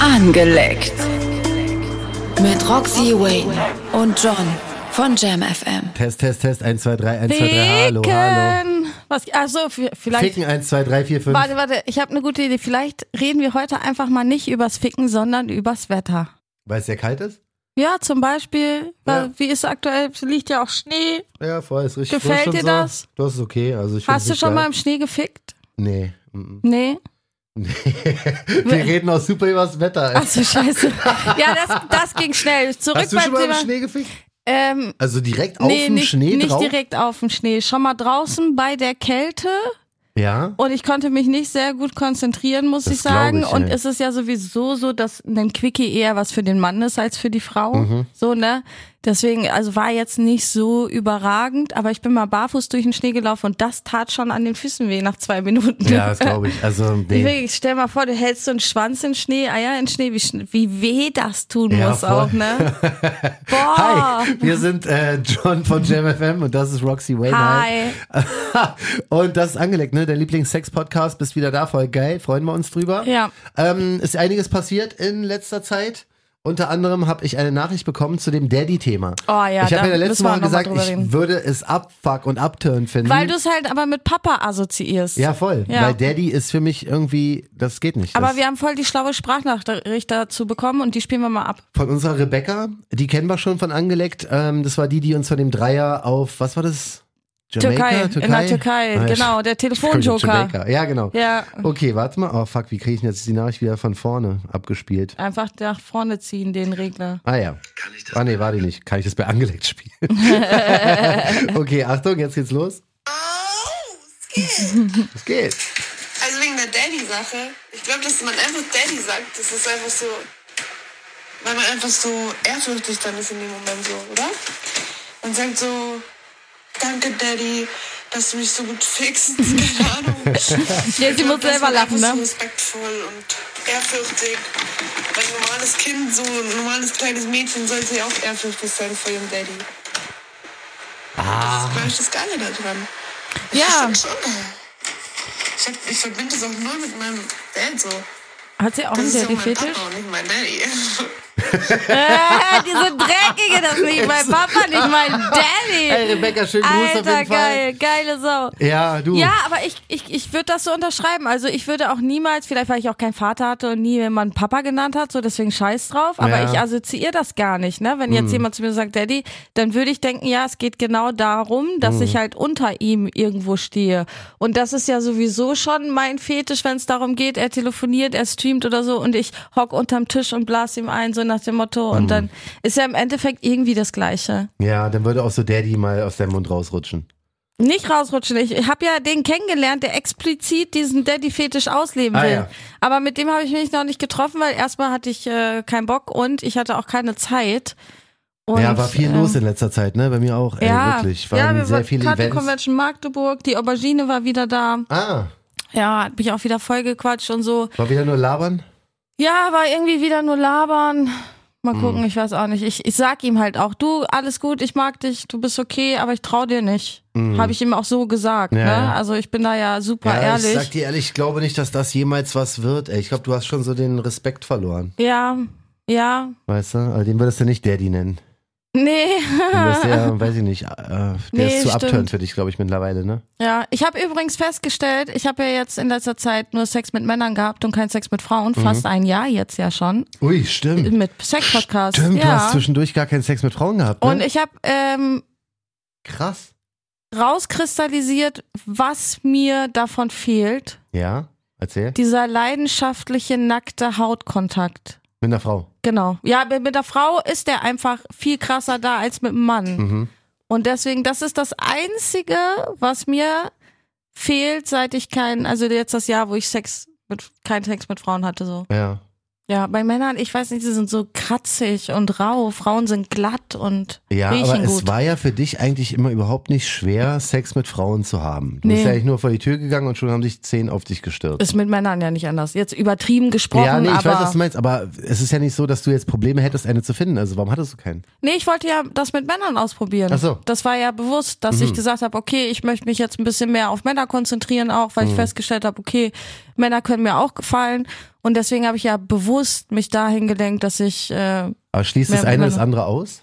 Angeleckt. Mit Roxy Wayne und John von Jam FM. Test, Test, Test, 1, 2, 3, 1, 2, 3, hallo, hallo. Ficken. Was, also vielleicht. Ficken, 1, 2, 3, 4, 5. Warte, warte, ich habe eine gute Idee. Vielleicht reden wir heute einfach mal nicht übers Ficken, sondern übers Wetter. Weil es sehr kalt ist? Ja, zum Beispiel, Ja. weil, wie ist aktuell, liegt ja auch Schnee. Ja, vorher ist richtig Gefällt frisch dir und das? So. Das ist okay. Also ich Hast du find's schon mal nicht im Schnee gefickt? geil. Nee. mm, mm. Nee. Wir reden auch super über das Wetter. Ach so, scheiße. ja, das, das ging schnell. Zurück Hast du beim schon mal im Thema. Schnee gefickt? Ähm, Also direkt auf nee, dem nicht, Schnee nicht drauf? direkt auf dem Schnee. Schon mal draußen bei der Kälte. Ja. Und ich konnte mich nicht sehr gut konzentrieren, muss Das ich sagen. glaub ich, und ey. es ist ja sowieso so, dass ein Quickie eher was für den Mann ist als für die Frau. Mhm. So, ne? Deswegen, also war jetzt nicht so überragend, aber ich bin mal barfuß durch den Schnee gelaufen und das tat schon an den Füßen weh nach zwei Minuten. Ja, das glaube ich. Also, Ich nee. will- Ich stell mal vor, du hältst so einen Schwanz in Schnee, Eier in Schnee, wie, schn- wie weh das tun Ja, muss voll. auch, ne? Boah! Hi, wir sind äh, John von JamFM und das ist Roxy Wayne. Hi. und das ist angelegt, ne? Der Lieblings-Sex-Podcast bist wieder da, voll geil, freuen wir uns drüber. Ja. Ähm, ist einiges passiert in letzter Zeit. Unter anderem habe ich eine Nachricht bekommen zu dem Daddy-Thema. Oh ja, ich da habe ja letztes müssen wir Mal noch mal gesagt, drüber ich reden. würde es abfuck und abturn finden. Weil du es halt aber mit Papa assoziierst. ja, voll. Ja. Weil Daddy ist für mich irgendwie, das geht nicht. Aber das, wir haben voll die schlaue Sprachnachricht dazu bekommen und die spielen wir mal ab. von unserer Rebecca, die kennen wir schon von angelegt. Ähm, das war die, die uns von dem Dreier auf, was war das? Türkei, Jamaica? in der Türkei, Ah, genau, der Telefonjoker. Jamaica. Ja, genau. Ja, Okay, warte mal. Oh fuck, wie kriege ich denn jetzt die Nachricht wieder von vorne abgespielt? einfach nach vorne ziehen, den Regler. Ah ja. Ah nee, war die nicht. Kann ich das bei angelegt spielen? okay, Achtung, jetzt geht's los. Oh, es geht. Es geht. Also wegen der Daddy-Sache. Ich glaube, dass man einfach Daddy sagt, das ist einfach so, weil man einfach so ehrfürchtig dann ist in dem Moment so, oder? Man sagt so, danke Daddy, dass du mich so gut fixt. Keine Ahnung. Ja, sie muss Ich glaub, dass selber man einfach lachen, So ne? respektvoll und ehrfürchtig. Ein normales Kind, so ein normales kleines Mädchen sollte ja auch ehrfürchtig sein vor ihrem Daddy. Ah. Das ist, glaube ich, das Geile daran. Ja, Ich, hab, ich verbinde es auch nur mit meinem Dad so. hat sie auch einen Das ist ja mein Daddy-Fetisch? Papa und nicht mein Daddy. Äh, diese Dreckige, das nicht mein Papa, nicht mein Daddy. Hey Rebecca, schönen Gruß auf Alter, jeden geil, geile Fall. Sau. Ja, du. Ja, aber ich, ich, ich würde das so unterschreiben. Also ich würde auch niemals, vielleicht weil ich auch keinen Vater hatte und nie jemanden Papa genannt hat, so deswegen scheiß drauf, aber Ja. Hm. ich assoziiere das gar nicht, ne? Wenn jetzt jemand zu mir sagt, Daddy, dann würde ich denken, ja, es geht genau darum, dass Hm. ich halt unter ihm irgendwo stehe. Und das ist ja sowieso schon mein Fetisch, wenn es darum geht, er telefoniert, er streamt oder so und ich hock unterm Tisch und blas ihm ein, so nach dem Motto. Hm. Und dann ist ja im Endeffekt irgendwie das Gleiche. Ja, dann würde auch so Daddy mal aus deinem Mund rausrutschen. Nicht rausrutschen. Ich habe ja den kennengelernt, der explizit diesen Daddy-Fetisch ausleben Ah, will. ja. Aber mit dem habe ich mich noch nicht getroffen, weil erstmal hatte ich äh, keinen Bock und ich hatte auch keine Zeit. Und, ja, war viel ähm, los in letzter Zeit, ne? Bei mir auch. Ey, ja, wirklich. ja, Waren wir sehr waren viele Karte Events. Convention Magdeburg, die Aubergine war wieder da. Ah, Ja, hat mich auch wieder vollgequatscht und so. war wieder nur labern? Ja, war irgendwie wieder nur labern. Mal Hm. gucken, ich weiß auch nicht. Ich, ich sag ihm halt auch, du, alles gut, ich mag dich, du bist okay, aber ich trau dir nicht. Habe ich ihm auch so gesagt. Hm. Ja, ja. Ne? Also ich bin da ja super ja, ehrlich. ich sag dir ehrlich, ich glaube nicht, dass das jemals was wird. Ey, ich glaube, du hast schon so den Respekt verloren. Ja, ja. Weißt du? Also, den würdest du nicht Daddy nennen. Nee. Den würdest du ja, weiß ich nicht, äh, der Nee, ist zu stimmt. abtörend für dich, glaube ich, mittlerweile, ne? Ja, ich habe übrigens festgestellt, ich habe ja jetzt in letzter Zeit nur Sex mit Männern gehabt und keinen Sex mit Frauen. Mhm. Fast ein Jahr jetzt ja schon. Ui, stimmt. Mit Sex-Podcast. Stimmt, du hast Ja. zwischendurch gar keinen Sex mit Frauen gehabt. Ne? Und ich habe ähm, Krass. rauskristallisiert, was mir davon fehlt. Ja, erzähl. Dieser leidenschaftliche, nackte Hautkontakt. mit einer Frau. Genau. Ja, mit der Frau ist der einfach viel krasser da als mit dem Mann. Mhm. Und deswegen, das ist das Einzige, was mir fehlt, seit ich keinen, also jetzt das Jahr, wo ich Sex mit, keinen Sex mit Frauen hatte, so. Ja. Ja, bei Männern, ich weiß nicht, sie sind so kratzig und rau, Frauen sind glatt und Ja, riechen aber es gut. war ja für dich eigentlich immer überhaupt nicht schwer, Sex mit Frauen zu haben. Du bist Nee. ja eigentlich nur vor die Tür gegangen und schon haben sich zehn auf dich gestürzt. ist mit Männern ja nicht anders. Jetzt übertrieben gesprochen, ja, nee, ich aber. weiß, was du meinst, aber es ist ja nicht so, dass du jetzt Probleme hättest, eine zu finden. Also warum hattest du keinen? Nee, ich wollte ja das mit Männern ausprobieren. Ach so. Mhm. Das war ja bewusst, Mhm. dass ich gesagt habe, okay, ich möchte mich jetzt ein bisschen mehr auf Männer konzentrieren, auch weil ich festgestellt habe, okay, Männer können mir auch gefallen. Und deswegen habe ich ja bewusst mich dahin gelenkt, dass ich, äh, Aber schließt Mehr das eine Männer. das andere aus?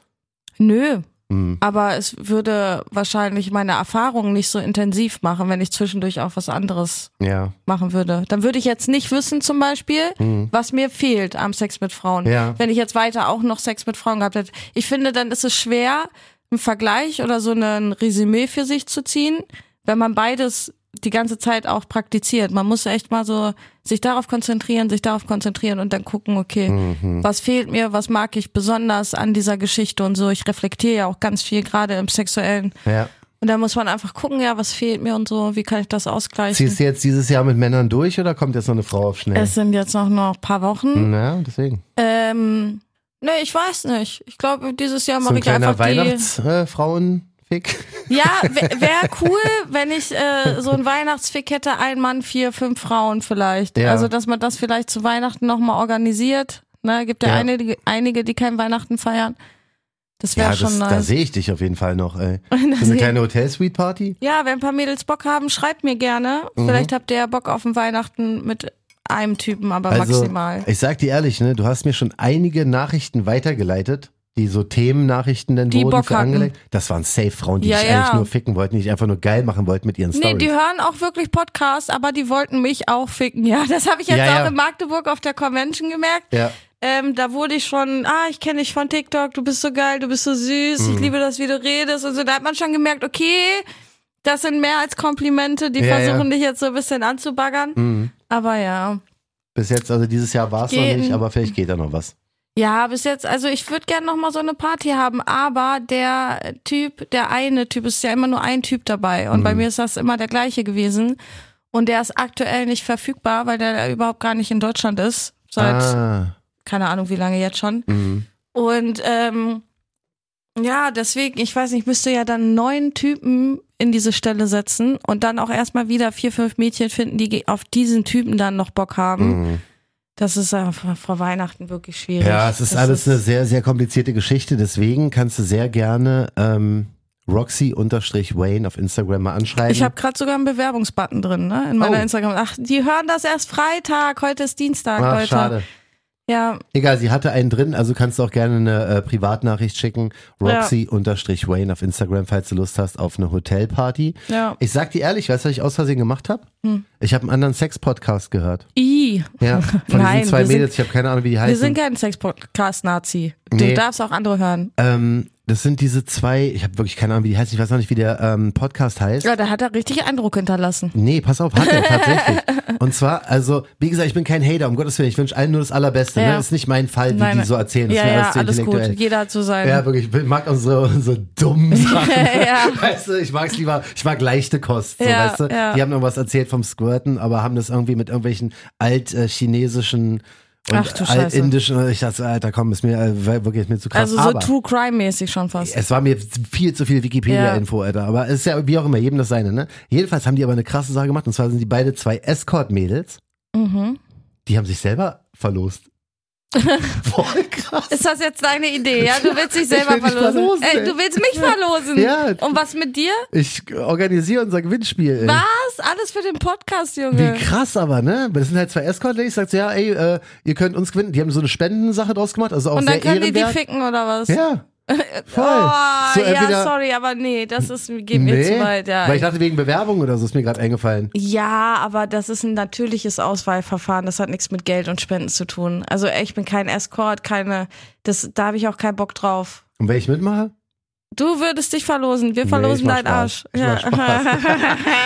nö. Hm. Aber es würde wahrscheinlich meine Erfahrung nicht so intensiv machen, wenn ich zwischendurch auch was anderes Ja. machen würde. Dann würde ich jetzt nicht wissen, zum Beispiel, was mir fehlt am Sex mit Frauen. Ja. Wenn ich jetzt weiter auch noch Sex mit Frauen gehabt hätte. Ich finde, dann ist es schwer, einen Vergleich oder so ein Resümee für sich zu ziehen, wenn man beides die ganze Zeit auch praktiziert. Man muss echt mal so sich darauf konzentrieren, sich darauf konzentrieren und dann gucken, okay, was fehlt mir, was mag ich besonders an dieser Geschichte und so. Ich reflektiere ja auch ganz viel, gerade im Sexuellen. Ja. Und dann muss man einfach gucken, ja, was fehlt mir und so, wie kann ich das ausgleichen. Ziehst du jetzt dieses Jahr mit Männern durch oder kommt jetzt noch eine Frau auf schnell? Es sind jetzt noch, noch ein paar Wochen. Na, deswegen. Ähm, ne, ich weiß nicht. Ich glaube, dieses Jahr So mache ein ich einfach kleiner die. Weihnachtsfrauenfick. Ja, wäre wär cool, wenn ich äh, so ein Weihnachtsfick hätte, ein Mann, vier, fünf Frauen vielleicht. Ja. Also, dass man das vielleicht zu Weihnachten nochmal organisiert. Ne, gibt ja, Ja. Einige, einige, die kein Weihnachten feiern. Das wäre Ja, schon das, da nice. sehe ich dich auf jeden Fall noch, ey. Da So seh- eine kleine Hotel-Suite-Party? Ja, wenn ein paar Mädels Bock haben, schreibt mir gerne. Mhm. Vielleicht habt ihr ja Bock auf ein Weihnachten mit einem Typen, aber Also, maximal. ich sag dir ehrlich, ne, du hast mir schon einige Nachrichten weitergeleitet, die so Themennachrichten dann Die wurden Bock für hatten. angelegt. Das waren safe Frauen, die Ja, ich ja. eigentlich nur ficken wollten, die ich einfach nur geil machen wollte mit ihren Nee, Stories. die hören auch wirklich Podcasts, aber die wollten mich auch ficken. Ja, das habe ich jetzt Ja, auch ja. in Magdeburg auf der Convention gemerkt. ja. Ähm, da wurde ich schon, ah, ich kenne dich von TikTok, du bist so geil, du bist so süß, Mhm. ich liebe das, wie du redest und so. Da hat man schon gemerkt, okay, das sind mehr als Komplimente, die Ja, Mhm. versuchen dich jetzt so ein bisschen anzubaggern. Aber ja. Bis jetzt, also dieses Jahr war es noch Gehen. nicht, aber vielleicht geht da noch was. Ja, bis jetzt, also ich würde gerne nochmal so eine Party haben, aber der Typ, der eine Typ, es ist ja immer nur ein Typ dabei und bei Mhm. mir ist das immer der gleiche gewesen und der ist aktuell nicht verfügbar, weil der überhaupt gar nicht in Deutschland ist, seit Ah, keine Ahnung wie lange jetzt schon mhm. und ähm, ja, deswegen, ich weiß nicht, müsste ja dann neun Typen in diese Stelle setzen und dann auch erstmal wieder vier, fünf Mädchen finden, die auf diesen Typen dann noch Bock haben. Mhm. Das ist äh, vor vor Weihnachten wirklich schwierig. Ja, es ist Das alles eine sehr, sehr komplizierte Geschichte. Deswegen kannst du sehr gerne ähm, Roxy-Wayne auf Instagram mal anschreiben. Ich habe gerade sogar einen Bewerbungsbutton drin, ne? In meiner Also Oh. Instagram. Ach, die hören das erst Freitag. Heute ist Dienstag, Ach, Leute. Ah, schade. Ja, Egal, sie hatte einen drin, also kannst du auch gerne eine äh, Privatnachricht schicken. Ja. Roxy-Wayne auf Instagram, falls du Lust hast, auf eine Hotelparty. ja. Hm. Ich sag dir ehrlich, weißt du, was ich aus Versehen gemacht habe? Ich habe einen anderen Sex-Podcast gehört. I. Ja, von Nein, diesen zwei wir sind- Mädels, ich habe keine Ahnung, wie die heißen. Wir sind kein Sex-Podcast-Nazi. Du Nee. darfst auch andere hören. ähm, das sind diese zwei, ich habe wirklich keine Ahnung, wie die heißen, ich weiß noch nicht, wie der ähm, Podcast heißt. Ja, da hat er richtig Eindruck hinterlassen. Nee, pass auf, hat er tatsächlich. Und zwar, also, wie gesagt, ich bin kein Hater, um Gottes Willen. Ich wünsche allen nur das Allerbeste. Ja. Ne? Das ist nicht mein Fall, wie Nein, die so erzählen. Das ja, ist mir ja, alles zu alles gut. intellektuell. Jeder hat so sein. Ja, wirklich, ich mag unsere, unsere dummen Sachen. Ja. Weißt du, ich mag's lieber, ich mag leichte Kost. So, Ja, weißt du? ja. Die haben noch was erzählt vom Squirten, aber haben das irgendwie mit irgendwelchen altchinesischen und Ach du Scheiße. altindischen. äh, Ich dachte, so, Alter, komm, ist mir äh, wirklich ist mir zu krass. also so aber, True Crime-mäßig schon fast. es war mir viel zu viel Wikipedia-Info, Alter. Aber es ist ja wie auch immer, jedem das seine, ne? Jedenfalls haben die aber eine krasse Sache gemacht. Und zwar sind die beide zwei Escort-Mädels. Mhm. Die haben sich selber verlost. Voll krass. Ist das jetzt deine Idee? Ja, du willst dich Ich will selber dich verlosen. verlosen, Ey, ey. du willst mich verlosen. Ja. Und was mit dir? Ich organisiere unser Gewinnspiel. Ey. Was? Alles für den Podcast, Junge. Wie krass aber, ne? Das sind halt zwei Escort-Ladies. Sagt so, ja, ey, äh, ihr könnt uns gewinnen. Die haben so eine Spendensache draus gemacht. Also auch Und dann sehr können die die ehrenwert. ficken oder was? Ja. Voll. Oh, so ja, entweder- sorry, aber nee, das ist, geht mir Nee, zu weit, ja. Weil ich dachte, wegen Bewerbung oder so ist mir gerade eingefallen. ja, aber das ist ein natürliches Auswahlverfahren. Das hat nichts mit Geld und Spenden zu tun. Also ey, ich bin kein Escort, keine, das, da habe ich auch keinen Bock drauf. Und wenn ich mitmache? Du würdest dich verlosen. Wir Nee, verlosen ich mach deinen Spaß. Arsch. Ich mach Spaß.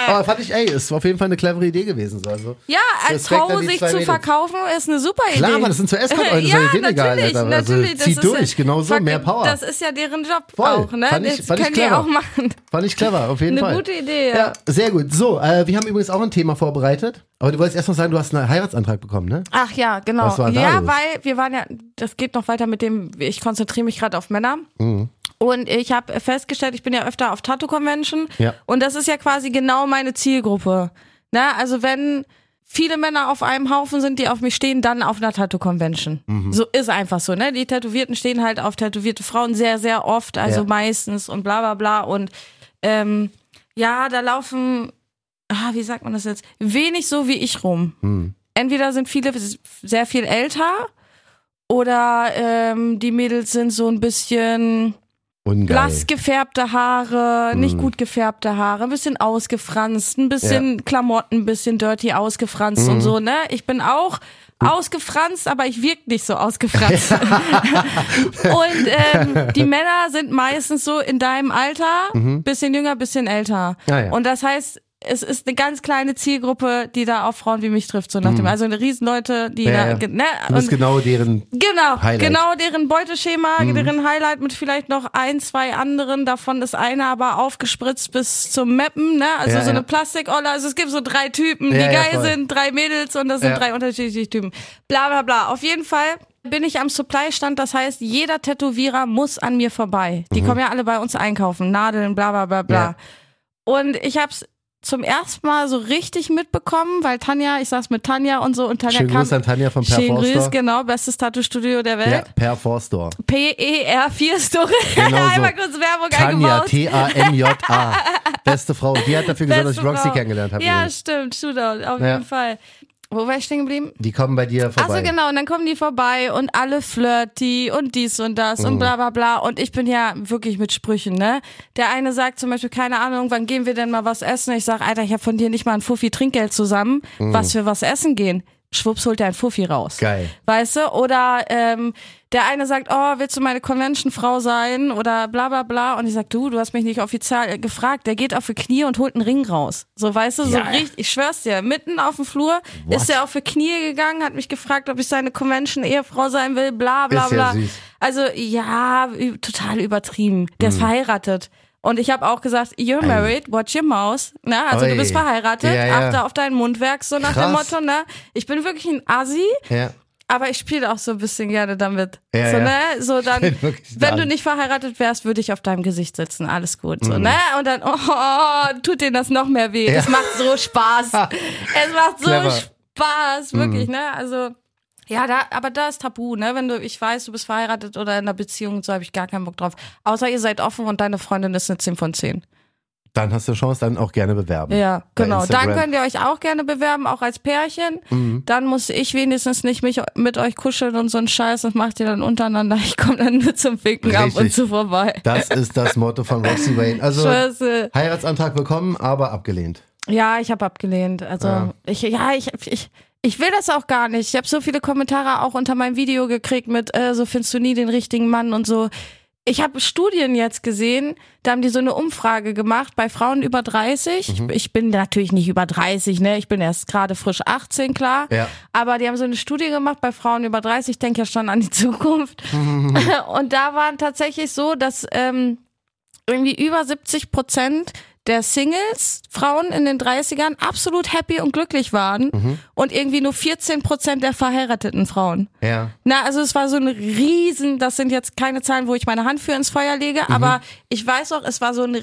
Aber fand ich, ey, ist auf jeden Fall eine clevere Idee gewesen. So. Also, ja, als Respekt an Frau die sich zwei zu Mädels. verkaufen, ist eine super Idee. Klar, Mann, das sind zwei Escort-Eulen, das ja, ist ja illegal, natürlich, Alter. Also, natürlich. das zieh ist durch, ja, genauso, fuck, mehr Power. Das ist ja deren Job Voll. auch, ne? Fand ich- das fand ich können die clever. auch machen. Fand ich clever, auf jeden Eine Fall. gute Idee, ja. Ja, sehr gut. So, äh, wir haben übrigens auch ein Thema vorbereitet. Aber du wolltest erst noch sagen, du hast einen Heiratsantrag bekommen, ne? Ach ja, genau. Was war da ja, los? weil wir waren ja, das geht noch weiter mit dem, ich konzentriere mich gerade auf Männer. Mhm. Und ich habe festgestellt, ich bin ja öfter auf Tattoo Convention Ja. und das ist ja quasi genau meine Zielgruppe. Na, also wenn viele Männer auf einem Haufen sind, die auf mich stehen, dann auf einer Tattoo Convention. Mhm. So ist einfach so, ne? Die Tätowierten stehen halt auf tätowierte Frauen sehr sehr oft, also Ja. meistens und bla bla bla und ähm, ja, da laufen ah, wie sagt man das jetzt? Wenig so wie ich rum. Entweder sind viele sehr viel älter oder ähm, die Mädels sind so ein bisschen Ungeil. blass gefärbte Haare, nicht gut gefärbte Haare, ein bisschen ausgefranst, ein bisschen Klamotten, ein bisschen dirty ausgefranst und so, ne? Ich bin auch ausgefranst, aber ich wirke nicht so ausgefranst. und ähm, die Männer sind meistens so in deinem Alter, bisschen jünger, bisschen älter. Ah, ja. Und das heißt, es ist eine ganz kleine Zielgruppe, die da auf Frauen wie mich trifft, so nach dem. Also eine riesen Leute, die Mhm. Ja, ja. da, ne? Du bist Und- genau deren. Genau, Highlight. Mhm. genau deren Beuteschema, deren Highlight mit vielleicht noch ein, zwei anderen. Davon ist einer aber aufgespritzt bis zum Mappen, ne? Also Ja, ja. so eine Plastikolle. Also es gibt so drei Typen, Ja, die ja, geil voll. sind, drei Mädels und das sind Ja. drei unterschiedliche Typen. Bla bla bla. Auf jeden Fall bin ich am Supply-Stand, das heißt, jeder Tätowierer muss an mir vorbei. Die kommen ja alle bei uns einkaufen, Nadeln, bla bla bla bla. Mhm. Ja. Und ich hab's zum ersten Mal so richtig mitbekommen, weil Tanja, ich saß mit Tanja und so und Tanja Schönen kam. Gruß an Tanja vom Schönen Grüß, Perforstore. genau, bestes Tattoo-Studio der Ja, Welt. Perforstore. PER4 Story. Genau so. Einmal kurz Werbung Tanja, eingebaut. T-A-N-J-A. Beste Frau. Die hat dafür gesorgt, dass ich Beste Roxy Frau. kennengelernt habe. Ja, übrigens. stimmt, Shootout, auf Ja. jeden Fall. Wo war ich stehen geblieben? Die kommen bei dir vorbei. Also genau, und dann kommen die vorbei und alle flirty und dies und das Mhm. und bla bla bla. Und ich bin ja wirklich mit Sprüchen, ne? Der eine sagt zum Beispiel, keine Ahnung, wann gehen wir denn mal was essen? Ich sag, Alter, ich habe von dir nicht mal ein Fuffi Trinkgeld zusammen, was wir was essen gehen. Schwupps holt er ein Fuffi raus. Mhm. Geil. Weißt du? Oder ähm, der eine sagt, oh, willst du meine Convention-Frau sein? Oder bla bla bla. Und ich sag, du, du hast mich nicht offiziell äh, gefragt. Der geht auf die Knie und holt einen Ring raus. So, weißt du, so Ja. richtig, ich schwör's dir, mitten auf dem Flur ist er auf die Knie gegangen, hat mich gefragt, ob ich seine Convention-Ehefrau sein will, bla bla Ist ja bla. süß. Also ja, ü- total übertrieben. Der Hm. ist verheiratet. Und ich habe auch gesagt, you're married, watch your mouth. Ne? Also Oi. du bist verheiratet, Ja, ja. achte auf dein Mundwerk, so nach dem Krass. Motto, ne? Ich bin wirklich ein Asi, Ja. aber ich spiele auch so ein bisschen gerne damit. Ja, so, ja. ne? So dann, bin wirklich wenn du Asi. nicht verheiratet wärst, würde ich auf deinem Gesicht sitzen. Alles gut. Mhm. So, ne? Und dann, oh, tut denen das noch mehr weh. Es macht so Spaß. es macht so Clever. Mhm. Spaß, wirklich, ne? Also. Ja, da, aber da ist Tabu, ne? Wenn du, ich weiß, du bist verheiratet oder in einer Beziehung, so habe ich gar keinen Bock drauf. Außer ihr seid offen und deine Freundin ist eine 10 von 10. Dann hast du Chance, dann auch gerne bewerben. Ja, Bei genau. Dann Instagram. Mhm. könnt ihr euch auch gerne bewerben, auch als Pärchen. Dann muss ich wenigstens nicht mich mit euch kuscheln und so ein Scheiß. Das macht ihr dann untereinander. Ich komme dann nur zum Ficken ab Richtig. und zu vorbei. Das ist das Motto von Roxy Wayne. Also Scheiße. Heiratsantrag bekommen, aber abgelehnt. Ja, ich habe abgelehnt. Also Ja. ich, ja, ich, ich, ich will das auch gar nicht. Ich habe so viele Kommentare auch unter meinem Video gekriegt mit, äh, so findest du nie den richtigen Mann und so. Ich habe Studien jetzt gesehen, da haben die so eine Umfrage gemacht bei Frauen über 30. Mhm. Ich, ich bin natürlich nicht über 30, ne? Ich bin erst gerade frisch 18, klar. Ja. Aber die haben so eine Studie gemacht bei Frauen über 30. Ich denke ja schon an die Zukunft. und da waren tatsächlich so, dass ähm, irgendwie über 70 Prozent der Singles, Frauen in den 30ern, absolut happy und glücklich waren und irgendwie nur 14 Prozent der verheirateten Frauen. Ja. Na, also es war so ein Riesen, das sind jetzt keine Zahlen, wo ich meine Hand für ins Feuer lege, aber ich weiß auch, es war so ein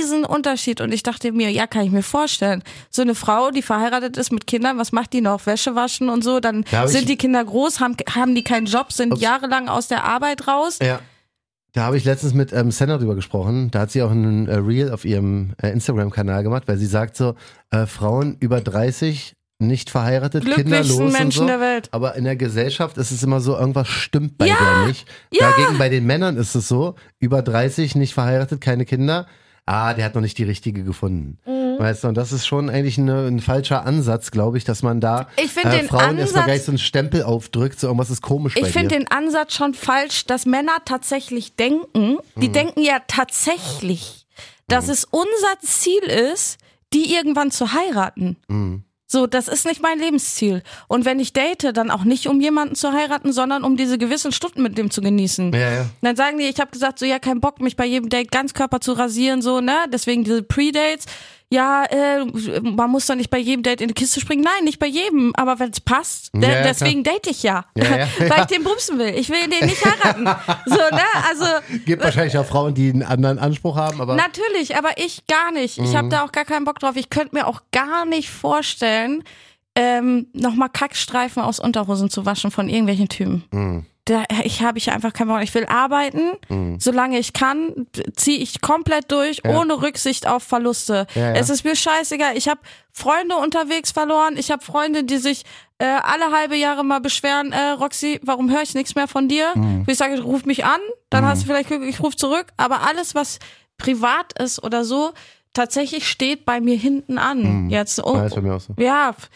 Riesenunterschied und ich dachte mir, ja, kann ich mir vorstellen. So eine Frau, die verheiratet ist mit Kindern, was macht die noch? Wäsche waschen und so, dann Da hab ich- sind die Kinder groß, haben, haben die keinen Job, sind jahrelang aus der Arbeit raus. Ja. Da habe ich letztens mit ähm, Senna drüber gesprochen. Da hat sie auch ein äh, Reel auf ihrem äh, Instagram-Kanal gemacht, weil sie sagt so, äh, Frauen über 30, nicht verheiratet, Glücklichsten kinderlos und Menschen so. der Welt. Aber in der Gesellschaft ist es immer so, irgendwas stimmt bei der nicht. Dagegen bei den Männern ist es so, über 30, nicht verheiratet, keine Kinder. Ah, der hat noch nicht die richtige gefunden. Mhm. Weißt du, und das ist schon eigentlich eine, ein falscher Ansatz, glaube ich, dass man da äh, Ich find den Frauen erstmal Ansatz- gleich so einen Stempel aufdrückt, so irgendwas ist komisch bei Ich dir. finde den Ansatz schon falsch, dass Männer tatsächlich denken, die Mhm. denken ja tatsächlich, dass es unser Ziel ist, die irgendwann zu heiraten. Mhm. So, das ist nicht mein Lebensziel. Und wenn ich date, dann auch nicht, um jemanden zu heiraten, sondern um diese gewissen Stunden mit dem zu genießen. Ja, ja. Und dann sagen die, ich habe gesagt, so ja, kein Bock, mich bei jedem Date ganz Körper zu rasieren, so, ne? Deswegen diese Pre-Dates. Ja, äh, man muss doch nicht bei jedem Date in die Kiste springen. Nein, nicht bei jedem, aber wenn es passt. De Ja, ja, deswegen date ich ja. Ja, ja, weil ja. ich den bumsen will. Ich will den nicht heiraten. so, ne? Also Gibt wahrscheinlich auch Frauen, die einen anderen Anspruch haben, aber Mhm. natürlich, aber ich gar nicht. Ich habe da auch gar keinen Bock drauf. Ich könnte mir auch gar nicht Mhm. vorstellen, ähm, nochmal Kackstreifen aus Unterhosen zu waschen von irgendwelchen Typen. da, ich habe ich einfach keinen Bock. Ich will arbeiten, solange ich kann, ziehe ich komplett durch, ohne Rücksicht auf Verluste. Ja, ja. Es ist mir scheißegal. Ich habe Freunde unterwegs verloren. Ich habe Freunde, die sich äh, alle halbe Jahre mal beschweren, äh, Roxy, warum höre ich nichts mehr von dir? Wo ich sage, ruf mich an, dann hast du vielleicht Glück, ich ruf zurück. Aber alles, was privat ist oder so, tatsächlich steht bei mir hinten an. Jetzt Ja, ist bei mir auch so. ja, f-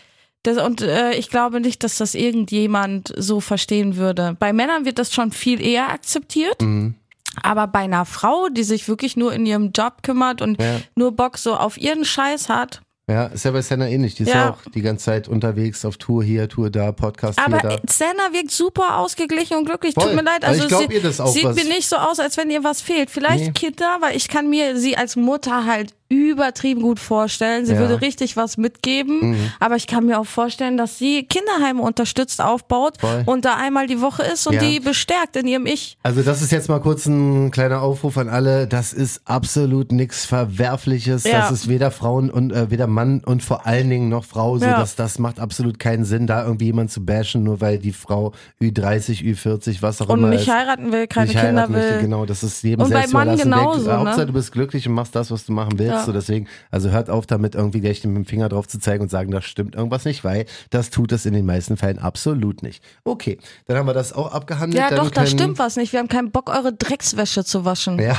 das, und äh, ich glaube nicht, dass das irgendjemand so verstehen würde. Bei Männern wird das schon viel eher akzeptiert. Mhm. Aber bei einer Frau, die sich wirklich nur in ihrem Job kümmert und Ja. nur Bock so auf ihren Scheiß hat. Ja, ist ja bei Senna ähnlich. Die ist ja. Ja. auch die ganze Zeit unterwegs auf Tour hier, Tour da, Podcast Aber hier, da. Senna wirkt super ausgeglichen und glücklich. Voll. Tut mir leid, Also also ich glaub sie ihr das auch, was- sieht mir nicht so aus, als wenn ihr was fehlt. Vielleicht Nee. Kinder, weil ich kann mir sie als Mutter halt übertrieben gut vorstellen. Sie Ja. Mhm. würde richtig was mitgeben, aber ich kann mir auch vorstellen, dass sie Kinderheime unterstützt, aufbaut Voll. und da einmal die Woche ist und Ja. die bestärkt in ihrem Ich. Also das ist jetzt mal kurz ein kleiner Aufruf an alle. Das ist absolut nichts Verwerfliches. Ja. Das ist weder Frauen und äh, weder Mann und vor allen Dingen noch Frau. So, Ja. dass, das macht absolut keinen Sinn, da irgendwie jemanden zu bashen, nur weil die Frau Ü30, Ü40, was auch Und immer nicht ist. heiraten will, keine nicht Kinder heiraten möchte, will. genau, das ist jedem Und bei selbst Mann überlassen. Der- genauso, ne? Hauptsache, du bist glücklich und machst das, was du machen willst. Ja. So deswegen, also hört auf damit, irgendwie gleich mit dem Finger drauf zu zeigen und sagen, das stimmt irgendwas nicht, weil das tut das in den meisten Fällen absolut nicht. Okay, dann haben wir das auch abgehandelt. Ja, dann doch, da können- stimmt was nicht. Wir haben keinen Bock, eure Dreckswäsche zu waschen. Ja.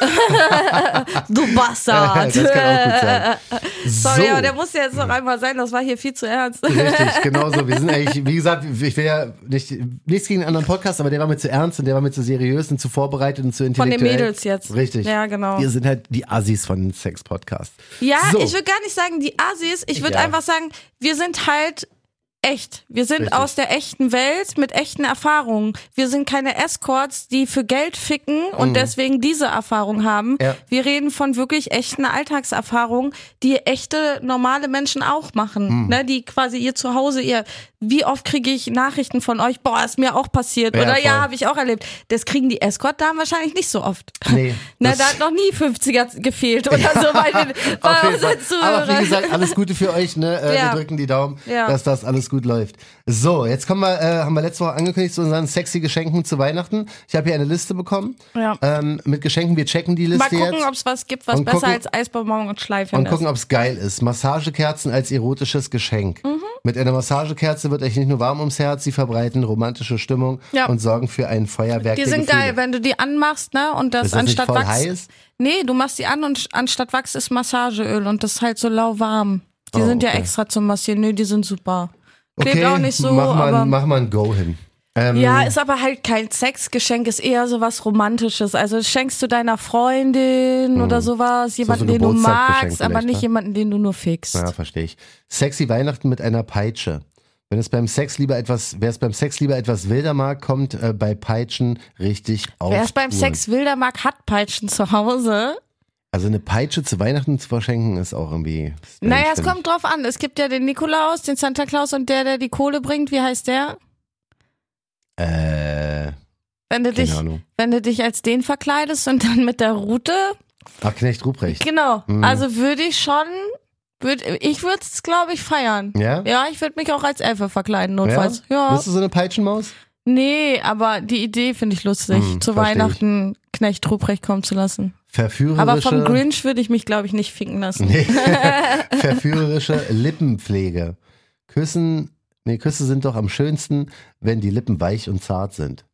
Du Bastard! das kann auch gut sein. Sorry, so. aber der muss jetzt noch einmal sein, das war hier viel zu ernst. Richtig, genauso. Wir sind eigentlich, wie gesagt, ich will ja nicht, nichts gegen einen anderen Podcast, aber der war mir zu ernst und der war mir zu seriös und zu vorbereitet und zu den intellektuell. Mädels jetzt. Richtig. Ja, genau. Wir sind halt die Assis von Sex-Podcasts. Ja, So. ich würde gar nicht sagen, die Asis, ich würde Ja. einfach sagen, wir sind halt echt. Wir sind Richtig. aus der echten Welt mit echten Erfahrungen. Wir sind keine Escorts, die für Geld ficken und deswegen diese Erfahrung haben. Mhm. Ja. Wir reden von wirklich echten Alltagserfahrungen, die echte normale Menschen auch machen, Mhm. ne, die quasi ihr Zuhause, ihr wie oft kriege ich Nachrichten von euch, boah, ist mir auch passiert Ja, oder voll. ja, habe ich auch erlebt. Das kriegen die Escort-Damen wahrscheinlich nicht so oft. Nee, Na, das- da hat noch nie 50er gefehlt oder so bei, den, Auf bei jeden Fall. unseren Zuhörern. Aber wie gesagt, also alles Gute für euch. Ne? Äh, Ja. Wir drücken die Daumen, Ja. dass das alles gut läuft. So, jetzt kommen wir, äh, haben wir letzte Woche angekündigt zu unseren sexy Geschenken zu Weihnachten. Ich habe hier eine Liste bekommen Ja. ähm, mit Geschenken. Wir checken die Liste Mal gucken, jetzt. ob es was gibt, was Und besser gucken- als Eisbonbon und Schleifchen Und ist. gucken, ob es geil ist. Massagekerzen als erotisches Geschenk. Mhm. Mit einer Massagekerze wird euch nicht nur warm ums Herz, sie verbreiten romantische Stimmung Ja. und sorgen für ein Feuerwerk. Die der sind Gefühle. geil, wenn du die anmachst, ne? Und das, Ist das nicht anstatt voll Wachs. heiß? Nee, du machst die an und sch- anstatt Wachs ist Massageöl und das ist halt so lauwarm. Die Oh, sind ja okay. extra zum Massieren. Nee, die sind super. Klebt okay, auch nicht so, mach mal, aber. mach mal ein Go hin. Ähm, Ja, ist aber halt kein Sexgeschenk, ist eher sowas Romantisches. Also schenkst du deiner Freundin oder sowas, jemanden, den du Hm. Geburtstagsgeschenk magst, aber vielleicht, nicht ne? jemanden, den du nur fickst. Ja, verstehe ich. Sexy Weihnachten mit einer Peitsche. Wenn es beim Sex lieber etwas, wer es beim Sex lieber etwas wilder mag, kommt äh, bei Peitschen richtig auf. Wer es beim Touren. Sex wilder mag, hat Peitschen zu Hause. Also eine Peitsche zu Weihnachten zu verschenken ist auch irgendwie. strange, Naja, es finde ich. kommt drauf an. Es gibt ja den Nikolaus, den Santa Claus und der, der die Kohle bringt. Wie heißt der? Äh, Wenn du, dich, keine Ahnung. wenn du dich als den verkleidest und dann mit der Rute. Ach, Knecht Ruprecht. Genau. Mhm. Also würde ich schon, würd, ich würde es, glaube ich, feiern. Ja? Ja, ich würde mich auch als Elfe verkleiden, notfalls. Ja. Bist du so eine Peitschenmaus? Nee, aber die Idee finde ich lustig, Hm, versteh zu ich. Hm, Weihnachten Knecht Ruprecht kommen zu lassen. Verführerische, Aber vom Grinch würde ich mich, glaube ich, nicht ficken lassen. verführerische Lippenpflege. Küssen, nee, Küsse sind doch am schönsten, wenn die Lippen weich und zart sind.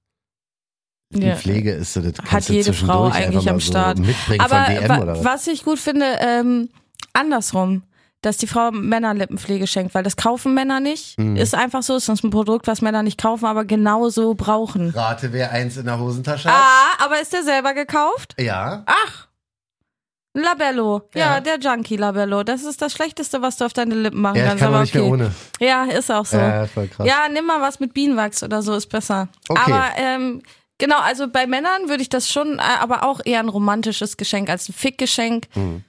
Ja. Die Pflege ist so, das kannst du jede zwischendurch Frau einfach eigentlich mal am so Start. Mitbringen Aber von DM wa- oder was? was ich gut finde, ähm, andersrum, dass die Frau Männer Lippenpflege schenkt, weil das kaufen Männer nicht. Mhm. Ist einfach so, ist sonst ein Produkt, was Männer nicht kaufen, aber genauso brauchen. Rate, wer eins in der Hosentasche hat. Ah, aber ist der selber gekauft? Ja. Ach. ein Labello. Ja, Ja. der Junkie Labello. Das ist das Schlechteste, was du auf deine Lippen machen Ja, ich kannst. kann auch aber nicht okay. mehr ohne. Ja, ist auch so. Ja, voll krass. Ja, nimm mal was mit Bienenwachs oder so, ist besser. Okay. Aber ähm, genau, also bei Männern würde ich das schon, äh, aber auch eher ein romantisches Geschenk als ein Fickgeschenk. Mhm.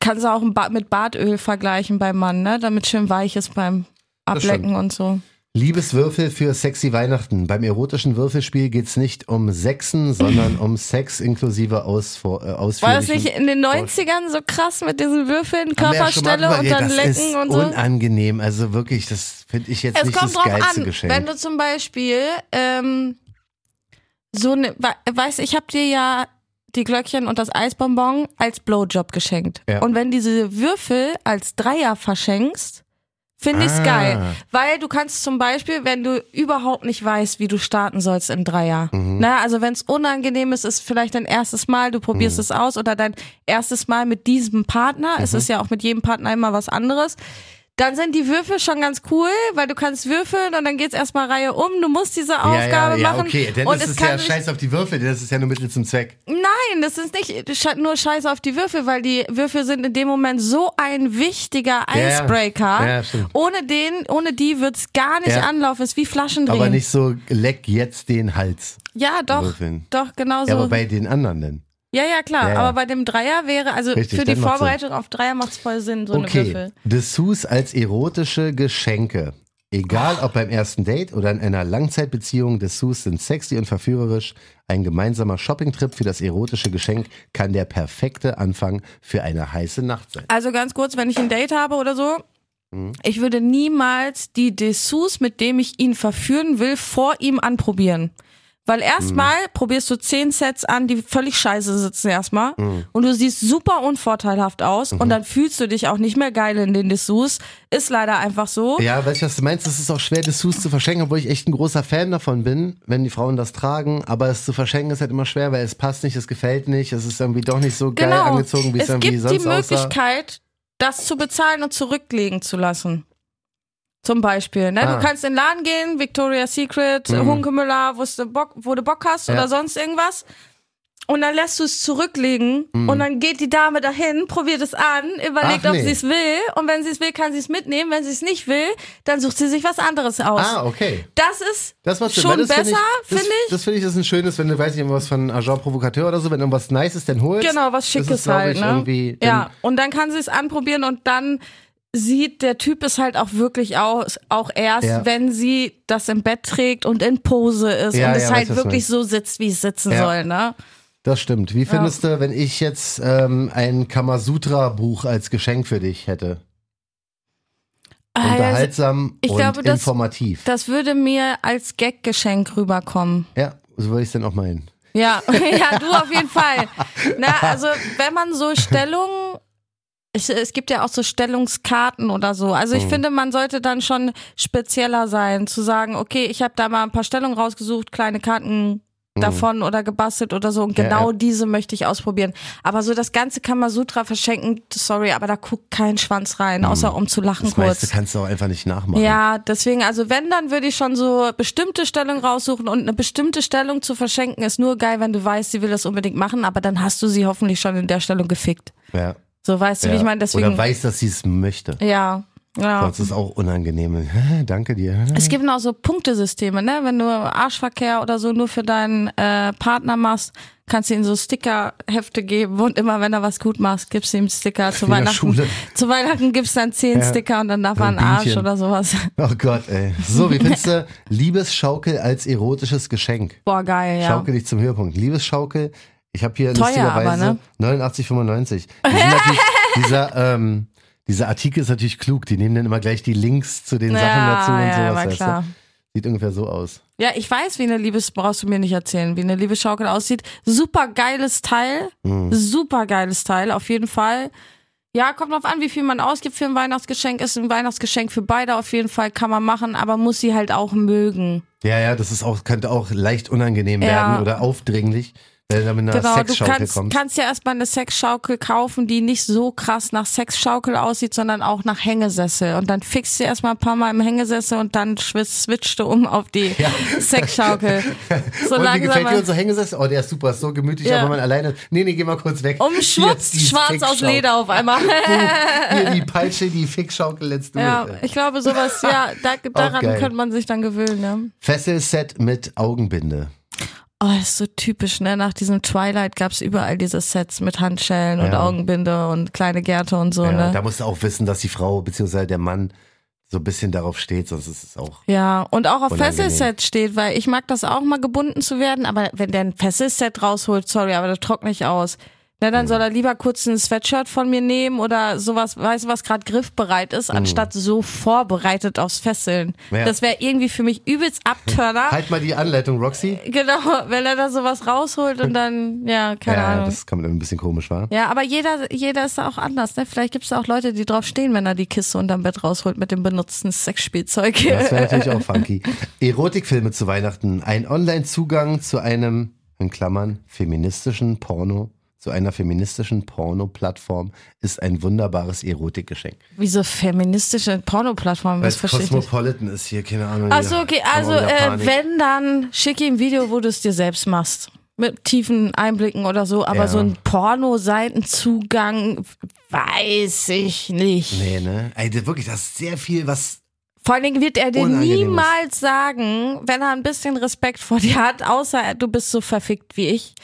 Kannst du auch ein ba mit Bartöl vergleichen beim Mann, ne? damit schön weich ist beim Ablecken und so. Liebeswürfel für sexy Weihnachten. Beim erotischen Würfelspiel geht's nicht um Sechsen, sondern um Sex inklusive Ausfor äh, War das ausführlichen nicht in den 90ern so krass mit diesen Würfeln, Haben wir ja schon mal Körperstelle drüber und dann geredet. das Lecken ist und so? unangenehm. Also wirklich, das finde ich jetzt Es nicht kommt das drauf geilste an, Geschenk. wenn du zum Beispiel ähm, so eine, weiß ich habe dir ja die Glöckchen und das Eisbonbon als Blowjob geschenkt. Ja. Und wenn diese Würfel als Dreier verschenkst, finde ich's Ah. geil. Weil du kannst zum Beispiel, wenn du überhaupt nicht weißt, wie du starten sollst im Dreier. Mhm. Na, also wenn's unangenehm ist, ist vielleicht dein erstes Mal, du probierst Mhm. es aus oder dein erstes Mal mit diesem Partner. Es ist ja auch mit jedem Partner immer was anderes. Dann sind die Würfel schon ganz cool, weil du kannst würfeln und dann geht's erstmal Reihe um. Du musst diese ja, Aufgabe ja, machen. okay. Dann und ist es es kann ja sich- scheiß auf die Würfel, das ist ja nur Mittel zum Zweck. Nein, das ist nicht äh, sche- nur Scheiße auf die Würfel, weil die Würfel sind in dem Moment so ein wichtiger ja. Icebreaker. Ja, stimmt. ohne den, ohne die wird's gar nicht Ja. anlaufen. Ist wie Flaschendrehen. Aber nicht so, leck jetzt den Hals. ja, doch, Würfeln. doch genau so. Ja, aber bei den anderen denn. ja, ja, klar. Ja, ja. Aber bei dem Dreier wäre, also Richtig, für die dann macht's Vorbereitung auf Dreier macht's voll Sinn, so eine Okay, Würfel. Dessous als erotische Geschenke. Egal Ah. ob beim ersten Date oder in einer Langzeitbeziehung, Dessous sind sexy und verführerisch. Ein gemeinsamer Shoppingtrip für das erotische Geschenk kann der perfekte Anfang für eine heiße Nacht sein. Also ganz kurz, wenn ich ein Date habe oder so. Ich würde niemals die Dessous, mit dem ich ihn verführen will, vor ihm anprobieren. Weil erstmal probierst du zehn Sets an, die völlig scheiße sitzen erstmal. Und du siehst super unvorteilhaft aus. Und dann fühlst du dich auch nicht mehr geil in den Dessous. Ist leider einfach so. Ja, weißt du, was du meinst? Es ist auch schwer, Dessous zu verschenken, obwohl ich echt ein großer Fan davon bin, wenn die Frauen das tragen. Aber es zu verschenken ist halt immer schwer, weil es passt nicht, es gefällt nicht, es ist irgendwie doch nicht so geil genau. angezogen, wie es, es irgendwie gibt sonst die aussah. Möglichkeit, das zu bezahlen und zurücklegen zu lassen. Zum Beispiel, ne? Ah. Mhm. Du kannst in den Laden gehen, Victoria's Secret, Hunkemüller, wo du Bock, wo du Bock hast Ja. oder sonst irgendwas. Und dann lässt du es zurücklegen und dann geht die Dame dahin, probiert es an, überlegt, Mhm. Ach, ob nee. sie es will. Und wenn sie es will, kann sie es mitnehmen. Wenn sie es nicht will, dann sucht sie sich was anderes aus. Ah, okay. Das ist Das macht Sinn, schon weil das besser, finde ich. Das, finde ich. das finde ich ist ein schönes, wenn du, weiß ich, irgendwas von Agent Provocateur oder so, wenn du irgendwas Nices dann holst. Genau, was das Schickes ist, glaub halt, ich, ne? Irgendwie, dann, ja, und dann kann sie es anprobieren und dann sieht der Typ es halt auch wirklich aus, auch erst, Ja. wenn sie das im Bett trägt und in Pose ist Ja, und ja, es weiß, halt was du wirklich meinst. so sitzt, wie es sitzen Ja. soll, ne? Das stimmt. Wie findest du, wenn ich jetzt ähm, ein Kamasutra-Buch als Geschenk für dich hätte? Also, Unterhaltsam ich und glaube, das- informativ. das würde mir als Gag-Geschenk rüberkommen. ja, so würde ich es dann auch meinen. Ja, ja, du auf jeden Fall. Na, also wenn man so Stellung, es, es gibt ja auch so Stellungskarten oder so. Also Mhm. ich finde, man sollte dann schon spezieller sein, zu sagen, okay, ich habe da mal ein paar Stellungen rausgesucht, kleine Karten davon oder gebastelt oder so und Mhm. Ja, genau ja. diese möchte ich ausprobieren. Aber so das ganze Kamasutra verschenken, sorry, aber da guckt kein Schwanz rein, außer um zu lachen Mhm. Das meiste kurz. kannst du auch einfach nicht nachmachen. Ja, deswegen, also wenn, dann würde ich schon so bestimmte Stellung raussuchen und eine bestimmte Stellung zu verschenken ist nur geil, wenn du weißt, sie will das unbedingt machen, aber dann hast du sie hoffentlich schon in der Stellung gefickt. Ja, So, weißt du, ja. wie Also, ich meine? Deswegen. Oder weiß, dass sie es möchte. ja, ja. Sonst ist es auch unangenehm. Danke dir. Es gibt auch so Punktesysteme, ne? Wenn du Arschverkehr oder so nur für deinen äh, Partner machst, kannst du ihm so Stickerhefte geben und immer, wenn er was gut macht, gibst du ihm Sticker zu In der Weihnachten. Schule. Zu Weihnachten gibst du dann zehn Sticker und dann darf So er ein einen Arsch Bienchen. oder sowas. Oh Gott, ey. So, wie findest du Liebesschaukel als erotisches Geschenk? Boah, geil, ja. Schaukel dich zum Höhepunkt. Liebesschaukel, ich habe hier Teuer, aber, lustigerweise ne? 89,95. Die sind natürlich- dieser, ähm, dieser Artikel ist natürlich klug. Die nehmen dann immer gleich die Links zu den Ja, Sachen dazu und ja, sowas. war weißt du? klar. Sieht ungefähr so aus. Ja, ich weiß, wie eine Liebes brauchst du mir nicht erzählen, wie eine Liebesschaukel aussieht. Super geiles Teil, Mhm. super geiles Teil, auf jeden Fall. Ja, kommt drauf an, wie viel man ausgibt für ein Weihnachtsgeschenk. Ist ein Weihnachtsgeschenk für beide auf jeden Fall, kann man machen, aber muss sie halt auch mögen. Ja, ja, das ist auch, könnte auch leicht unangenehm Ja. werden oder aufdringlich, wenn du da mit einer genau, du Sexschaukel kannst, kommst. kannst ja erstmal eine Sexschaukel kaufen, die nicht so krass nach Sexschaukel aussieht, sondern auch nach Hängesessel. Und dann fixst du erstmal ein paar Mal im Hängesessel und dann schwi- switchst du um auf die Sexschaukel. So und wie gefällt langsam. dir unser Hängesessel? Oh, der ist super, ist so gemütlich, Ja. auch wenn man alleine. Nee, nee, geh mal kurz weg. Um Hier Schwupps, ist die schwarz aus Sexschaukel. Leder auf einmal. Hier die Peitsche, die äh. Fickschaukel, let's do Ja, it. ey. ich glaube, sowas, ja, da, daran geil. könnte man sich dann gewöhnen, ne? Fesselset mit Augenbinde. Oh, das ist so typisch, ne? Nach diesem Twilight gab's überall diese Sets mit Handschellen und Ja. Augenbinde und kleine Gärte und so, Ja, ne? da musst du auch wissen, dass die Frau bzw. der Mann so ein bisschen darauf steht, sonst ist es auch. Ja, und auch auf Unangenehm. Fesselset steht, weil ich mag das auch mal gebunden zu werden, aber wenn der ein Fesselset rausholt, sorry, aber das trocknet nicht aus. Na, Mhm. dann soll er lieber kurz ein Sweatshirt von mir nehmen oder sowas, weißt du, was gerade griffbereit ist, anstatt so vorbereitet aufs Fesseln. Mhm. Ja. Das wäre irgendwie für mich übelst Abturner. Halt mal die Anleitung, Roxy. Genau, wenn er da sowas rausholt und dann, ja, keine ja, Ahnung. das kam mir ein bisschen komisch, war. Ja, aber jeder, jeder ist da auch anders, ne? Vielleicht gibt's da auch Leute, die drauf stehen, wenn er die Kiste unterm Bett rausholt mit dem benutzten Sexspielzeug. Das wäre natürlich auch funky. Erotikfilme zu Weihnachten. Ein Online-Zugang zu einem, in Klammern, feministischen Porno, zu einer feministischen Porno-Plattform ist ein wunderbares Erotikgeschenk. Wieso feministische Pornoplattform? Weil Das es verstehe ich nicht. Cosmopolitan ist hier, keine Ahnung. Ach so, ja, okay, kann man also wieder äh, Panik. wenn, dann schicke ihm ein Video, wo du es dir selbst machst. Mit tiefen Einblicken oder so, aber Ja. so ein Porno-Seitenzugang weiß ich nicht. Nee, ne? Ey, das- wirklich, das ist sehr viel, was. Vor allen Dingen wird er dir Unangenehmes. niemals sagen, wenn er ein bisschen Respekt vor dir hat, außer du bist so verfickt wie ich,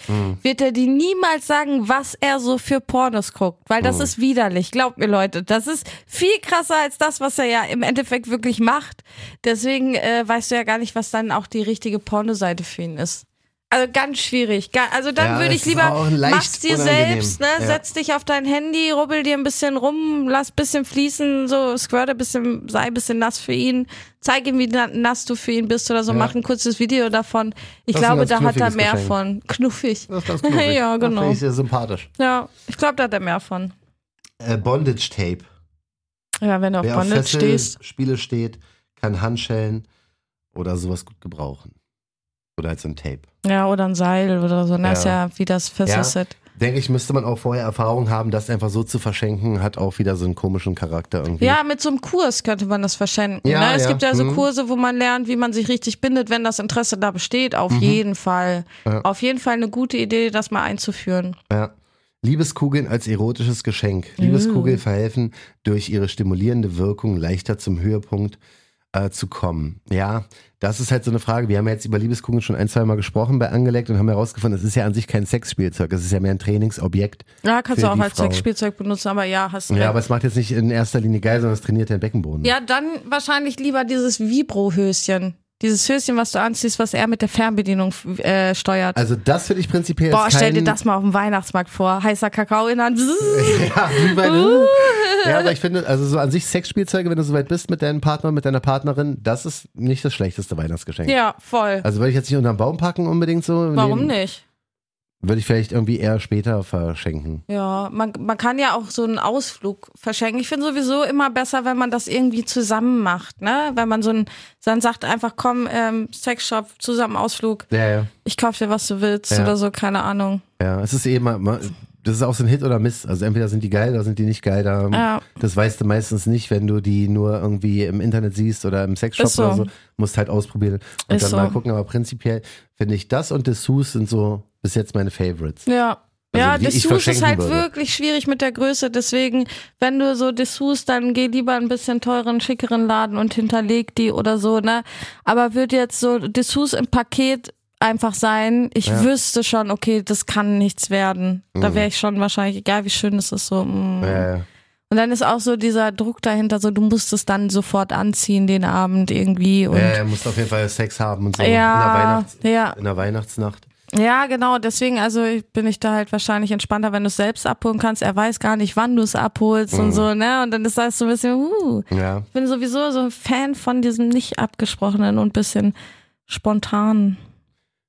wird er dir niemals sagen, was er so für Pornos guckt, weil das ist widerlich. Glaubt mir, Leute, das ist viel krasser als das, was er ja im Endeffekt wirklich macht. Deswegen äh, weißt du ja gar nicht, was dann auch die richtige Pornoseite für ihn ist. Also ganz schwierig. Ga- Also dann Ja, würde es ich ist lieber, auch leicht mach's dir unangenehm. selbst, ne? Ja. Setz dich auf dein Handy, rubbel dir ein bisschen rum, lass ein bisschen fließen, so squirte ein bisschen, sei ein bisschen nass für ihn, zeig ihm, wie na- nass du für ihn bist oder so, Ja. mach ein kurzes Video davon. Ich Das ist ein glaube, ganz da hat er knuffiges mehr Geschenk. von. Knuffig. Das ist ganz knuffig. Ja, Das genau. finde ich sehr sympathisch. Ja, ich glaube, da hat er mehr von. Äh, Bondage Tape. Ja, wenn du auf Wer auf Bondage stehst. Fesselspiele steht, kann Handschellen oder sowas gut gebrauchen. Oder halt so ein Tape. Ja, oder ein Seil oder so. Na, Ja. ist ja wie das halt- Fesselset. Denke ich, müsste man auch vorher Erfahrung haben, das einfach so zu verschenken, hat auch wieder so einen komischen Charakter irgendwie. Ja, mit so einem Kurs könnte man das verschenken. Ja, ne? Es ja, gibt ja so mhm. Kurse, wo man lernt, wie man sich richtig bindet, wenn das Interesse da besteht. Mhm. Auf jeden Fall. Auf jeden Fall eine gute Idee, das mal einzuführen. Ja. Liebeskugeln als erotisches Geschenk. Mm. Liebeskugeln verhelfen durch ihre stimulierende Wirkung leichter zum Höhepunkt äh, zu kommen. Ja, das ist halt so eine Frage. Wir haben ja jetzt über Liebeskugeln schon ein, zwei Mal gesprochen bei Angelegt und haben herausgefunden, es ist ja an sich kein Sexspielzeug, es ist ja mehr ein Trainingsobjekt. Ja, kannst Für du auch die als Frau. Sexspielzeug benutzen, aber ja, hast du. Ja, aber es macht jetzt nicht in erster Linie geil, sondern es trainiert den Beckenboden. ja, dann wahrscheinlich lieber dieses Vibro-Höschen. Dieses Höschen, was du anziehst, was er mit der Fernbedienung f- äh, steuert. Also das finde ich prinzipiell Boah, jetzt stell dir kein- das mal auf dem Weihnachtsmarkt vor. Heißer Kakao in der Hand. Bzzz. Ja, Glühwein. Uh. ja, aber ich finde, also so an sich Sexspielzeuge, wenn du soweit bist mit deinem Partner, mit deiner Partnerin, das ist nicht das schlechteste Weihnachtsgeschenk. Ja, voll. Also würde ich jetzt nicht unterm Baum packen unbedingt so. Warum Nee, nicht? Würde ich vielleicht irgendwie eher später verschenken. Ja, man, man kann ja auch so einen Ausflug verschenken. Ich finde sowieso immer besser, wenn man das irgendwie zusammen macht, ne? Wenn man so einen, dann sagt einfach, komm, ähm, Sexshop, zusammen Ausflug, Ja, ja. ich kauf dir, was du willst Ja. oder so, keine Ahnung. Ja, es ist eben, das ist auch so ein Hit oder Miss. Also entweder sind die geil oder sind die nicht geil. Da, Ja. Das weißt du meistens nicht, wenn du die nur irgendwie im Internet siehst oder im Sexshop Ist so. oder so. Musst halt ausprobieren und Ist dann mal so. gucken. Aber prinzipiell finde ich das und Dessous sind so bis jetzt meine Favorites. Ja. Also, ja, die ich Dessous ist verschenken halt würde. wirklich schwierig mit der Größe. Deswegen, wenn du so Dessous, dann geh lieber einen bisschen teuren, schickeren Laden und hinterleg die oder so, ne? Aber wird jetzt so Dessous im Paket einfach sein, ich Ja. Mhm. wüsste schon, okay, das kann nichts werden. Da wäre ich schon wahrscheinlich, egal wie schön es ist, so. Mm. Äh, Und dann ist auch so dieser Druck dahinter, so du musst es dann sofort anziehen den Abend irgendwie und äh, musst auf jeden Fall Sex haben und so in, der ja, Weihnachts-, ja. in der Weihnachtsnacht. Ja, genau. Deswegen, also ich- bin ich da halt wahrscheinlich entspannter, wenn du es selbst abholen kannst. Er weiß gar nicht, wann du es abholst Mhm. und so, ne? Und dann ist das so ein bisschen, uh. Ja. Ich bin sowieso so ein Fan von diesem nicht abgesprochenen und bisschen spontanen.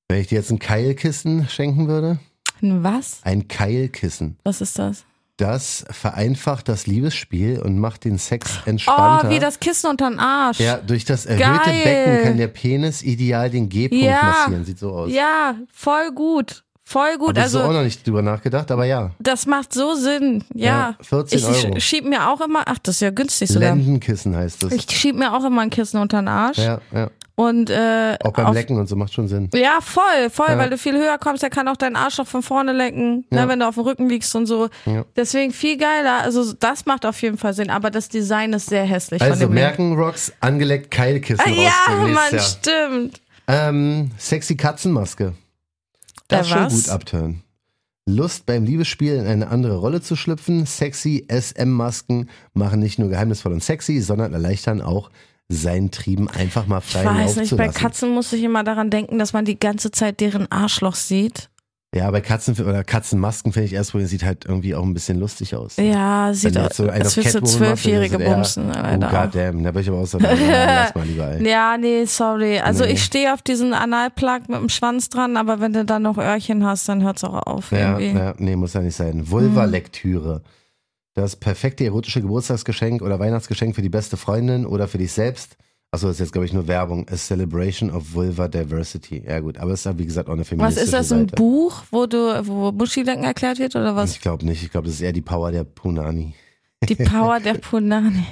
Wenn ich dir jetzt ein Keilkissen schenken würde, Was? ein Keilkissen. Was ist das? Das vereinfacht das Liebesspiel und macht den Sex Oh, entspannter. wie das Kissen unter den Arsch. ja, durch das erhöhte Geil. Becken kann der Penis ideal den G-Punkt Ja. massieren. Sieht so aus. Ja, voll gut. Voll gut. Hab ich so auch Also, noch nicht drüber nachgedacht, aber ja. das macht so Sinn. Ja. Ja, 14 ich Euro. sch- schieb mir auch immer, ach, das ist ja günstig sogar. Lendenkissen heißt es. Ich schieb mir auch immer ein Kissen unter den Arsch. Ja, ja. Und äh, Auch beim auf Lecken und so macht schon Sinn. Ja, voll, voll, Ja. weil du viel höher kommst, der kann auch deinen Arsch noch von vorne lenken, ne, Ja. wenn du auf dem Rücken liegst und so. Ja. Deswegen viel geiler. Also das macht auf jeden Fall Sinn, aber das Design ist sehr hässlich von Also dem merken, Rocks, angeleckt Keilkissen Ding. Ah, Ja, rausbringen Mann, nächstes stimmt. Jahr. Ähm, sexy Katzenmaske. Das Äh, schon was? gut abtönen. Lust beim Liebesspiel in eine andere Rolle zu schlüpfen. Sexy SM-Masken machen nicht nur geheimnisvoll und sexy, sondern erleichtern auch seinen Trieben einfach mal Ich frei Lauf weiß zu nicht, bei lassen. Katzen muss ich immer daran denken, dass man die ganze Zeit deren Arschloch sieht. Ja, bei Katzen oder Katzenmasken finde ich erst, wo sieht halt irgendwie auch ein bisschen lustig aus. Ja, sieht Wenn aus. jetzt so einer als auf würdest du Catwoman macht, dann Zwölfjährige ist es eher, bumsen, Oh, Alter. goddamn, da würde ich aber auch so ja, lass mal lieber, ey. Ja, nee, sorry. Also ich stehe auf diesen Analplug mit dem Schwanz dran, aber wenn du dann noch Öhrchen hast, dann hört's auch auf Ja, irgendwie. ja, nee, muss ja nicht sein. Vulva-Lektüre. Das perfekte erotische Geburtstagsgeschenk oder Weihnachtsgeschenk für die beste Freundin oder für dich selbst. Achso, das ist jetzt, glaube ich, nur Werbung. A Celebration of Vulva Diversity. Ja, gut, aber es ist ja, wie gesagt, auch eine Was feministische ist das, ein Seite. Buch, wo du, wo Muschilecken erklärt wird oder was? Ich glaube nicht. Ich glaube, das ist eher die Power der Punani. Die Power der Punani.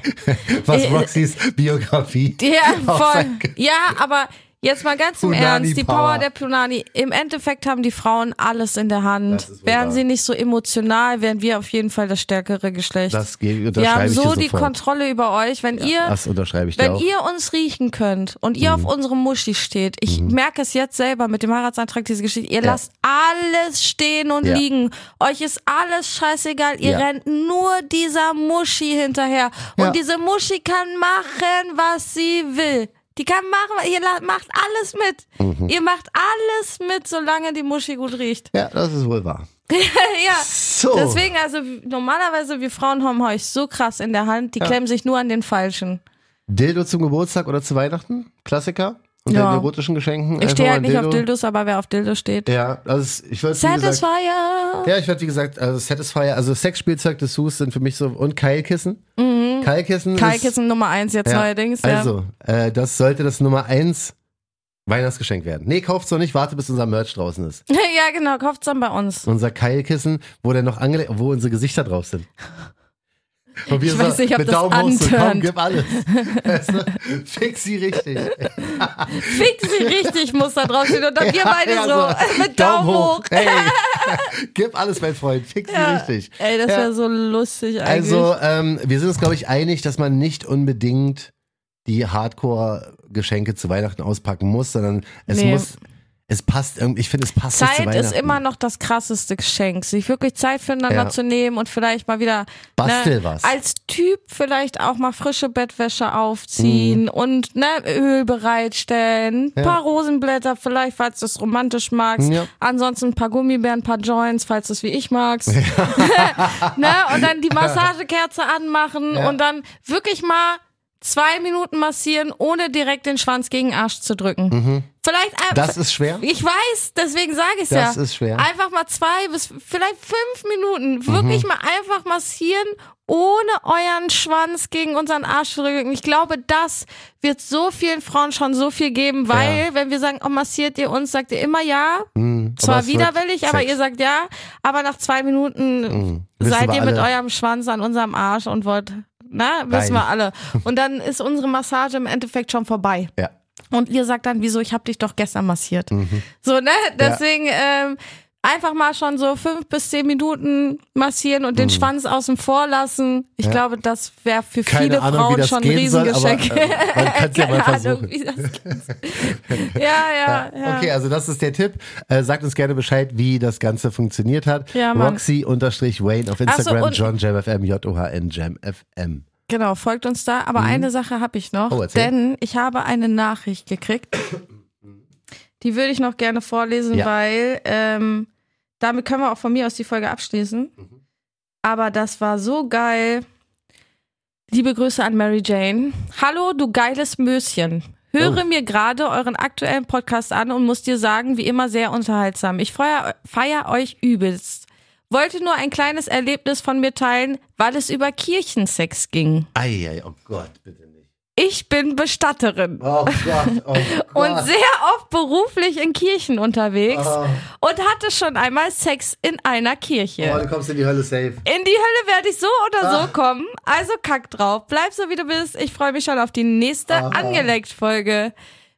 Was Äh, Roxys Biografie. Ja, Auf voll. sein- Ja, aber jetzt mal ganz im Genau, Punani Ernst, die Power. Power der Punani. Im Endeffekt haben die Frauen alles in der Das Hand. ist wohl Wären wahr. sie nicht so emotional, wären wir auf jeden Fall das stärkere Geschlecht. Das, ge- das wir haben schreibe ich dir so die sofort. Kontrolle über euch, wenn ihr Das unterschreibe ich dir Wenn auch. ihr uns riechen könnt und ihr Mhm. auf unserem Muschi steht, ich merke es jetzt selber mit dem Heiratsantrag, diese Geschichte, ihr lasst alles stehen und Ja. liegen. Euch ist alles scheißegal. Ihr Ja. rennt nur dieser Muschi hinterher. Ja. Und diese Muschi kann machen, was sie will. Die kann machen, was- ihr la- macht alles mit. Mhm. Ihr macht alles mit, solange die Muschi gut riecht. ja, das ist wohl wahr. ja. So. Deswegen, also normalerweise, wir Frauen haben euch so krass in der Hand, die klemmen sich nur an den Falschen. Dildo zum Geburtstag oder zu Weihnachten? Klassiker. Und Ja. den erotischen Geschenken. Ich einfach stehe mal halt ein nicht auf Dildo. Dildos, aber wer auf Dildo steht. Ja, also es- ich würde wie gesagt, Satisfier! ja, ich würde wie gesagt, also Satisfier, also Sexspielzeug des Sus sind für mich so und Keilkissen. Mhm. Keilkissen. ist, Kalkissen Nummer eins jetzt ja, neuerdings. Ja. Also, äh, das sollte das Nummer eins Weihnachtsgeschenk werden. Nee, kauft's noch nicht, warte bis unser Merch draußen ist. ja, genau, kauft's dann bei uns. Unser Keilkissen, wo dann noch angelegt, wo unsere Gesichter drauf sind. Und wir Ich weiß nicht, ob mit das Daumen hoch so, komm, anturnt. gib alles. Weißt du? Fix sie richtig. Fix sie richtig, muss da draufstehen. Und dann wir beide Ja, so mit Daumen hoch. Hey, gib alles, mein Freund. Fix sie richtig. Ey, das Ja. wäre so lustig eigentlich. Also, ähm, wir sind uns, glaube ich, einig, dass man nicht unbedingt die Hardcore-Geschenke zu Weihnachten auspacken muss, sondern es Nee. muss, es passt irgendwie, ich finde, es passt nicht zu Zeit Weihnachten. ist immer noch das krasseste Geschenk. Sich wirklich Zeit füreinander Ja. zu nehmen und vielleicht mal wieder Bastel ne, was. als Typ vielleicht auch mal frische Bettwäsche Mhm. aufziehen und ne, Öl bereitstellen. Ein paar Rosenblätter vielleicht, falls du es romantisch magst. Ja. Ansonsten ein paar Gummibären, ein paar Joints, falls du es wie ich magst. ne? Und dann die Massagekerze anmachen Ja. und dann wirklich mal zwei Minuten massieren, ohne direkt den Schwanz gegen den Arsch zu drücken. Vielleicht äh, ein- Mhm. Das ist schwer. ich weiß, deswegen sage ich ja. Das ist schwer. Einfach mal zwei bis vielleicht fünf Minuten Mhm. wirklich mal einfach massieren, ohne euren Schwanz gegen unseren Arsch zu drücken. Ich glaube, das wird so vielen Frauen schon so viel geben, weil wenn wir sagen, oh, massiert ihr uns, sagt ihr immer ja. Hm, aber Zwar es wird widerwillig, aber Sex. ihr sagt ja. Aber nach zwei Minuten Wissen seid wir ihr mit alle. eurem Schwanz an unserem Arsch und wollt, na, Rein. wissen wir alle. Und dann ist unsere Massage im Endeffekt schon vorbei. Ja. Und ihr sagt dann, wieso, ich habe dich doch gestern massiert. So, ne? Deswegen ähm, einfach mal schon so fünf bis zehn Minuten massieren Mhm. und den Schwanz außen vor lassen. Ich glaube, das wäre für Keine viele Ahnung, wie Frauen das schon ein gehen soll, Riesengeschenk. aber, äh, man kann's ja mal versuchen. wie das geht. ja, ja, ja. Okay, also das ist der Tipp. Äh, sagt uns gerne Bescheid, wie das Ganze funktioniert hat. Ja, Mann. Roxy-Wayne auf Ach so, Instagram, und- John Jam FM, J-O-H-N Jam FM. Genau, folgt uns da. Aber eine Sache habe ich noch, Mhm. Oh, erzähl. denn ich habe eine Nachricht gekriegt. Die würde ich noch gerne vorlesen, Ja. weil ähm, damit können wir auch von mir aus die Folge abschließen. Mhm. Aber das war so geil. Liebe Grüße an Mary Jane. Hallo, du geiles Möschen. Oh. Höre mir gerade euren aktuellen Podcast an und muss dir sagen, wie immer sehr unterhaltsam. Ich feier, feier euch übelst. Wollte nur ein kleines Erlebnis von mir teilen, weil es über Kirchensex ging. Ei, ei, oh Gott, bitte nicht. Ich bin Bestatterin Oh Gott, oh Gott. und sehr oft beruflich in Kirchen unterwegs und hatte schon einmal Sex in einer oh, Ah. Kirche. du kommst in die Hölle safe. Oh In die Hölle werde ich so oder so kommen. Also kack drauf. Bleib so wie du bist. Ich freue mich schon auf die nächste Ah. Angeleckt-Folge.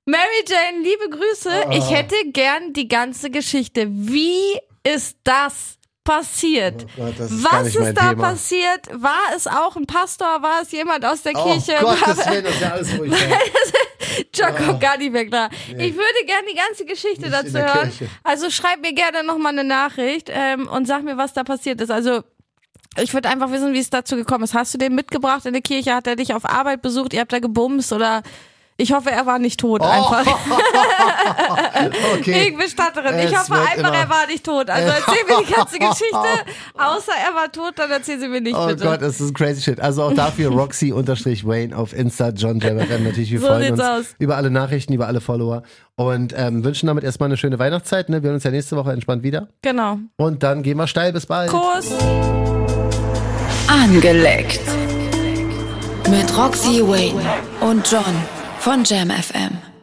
Mary Jane, liebe Ah. Grüße. Ich hätte gern die ganze Geschichte. Wie ist das passiert? Oh Gott, das ist gar Was nicht ist mein da Thema. passiert? War es auch ein Pastor? War es jemand aus der Oh Kirche? Gott, War- das ist ja alles furchtbar. Joe kommt gar nicht mehr klar. Ich würde gerne die ganze Geschichte Nicht in dazu der hören. Kirche. Also schreib mir gerne nochmal eine Nachricht ähm, und sag mir, was da passiert ist. Also ich würde einfach wissen, wie es dazu gekommen ist. Hast du den mitgebracht in der Kirche? Hat er dich auf Arbeit besucht? Ihr habt da gebumst oder Ich hoffe, er war nicht Oh, tot einfach. Okay. Ich bin Statterin. Es Ich hoffe wird einfach, immer- er war nicht tot. Also erzähl mir die ganze Geschichte. Außer er war tot, dann erzähl sie mir nicht, Oh bitte. Gott, das ist crazy shit. Also auch dafür Roxy-Wayne auf Insta, John JamFM natürlich. Wir So freuen sieht's uns aus. über alle Nachrichten, über alle Follower und ähm, wünschen damit erstmal eine schöne Weihnachtszeit. Ne? Wir hören uns ja nächste Woche entspannt wieder. Genau. Und dann gehen wir steil. Bis bald. Kuss. Angeleckt. Mit Roxy Wayne und John von Jam FM.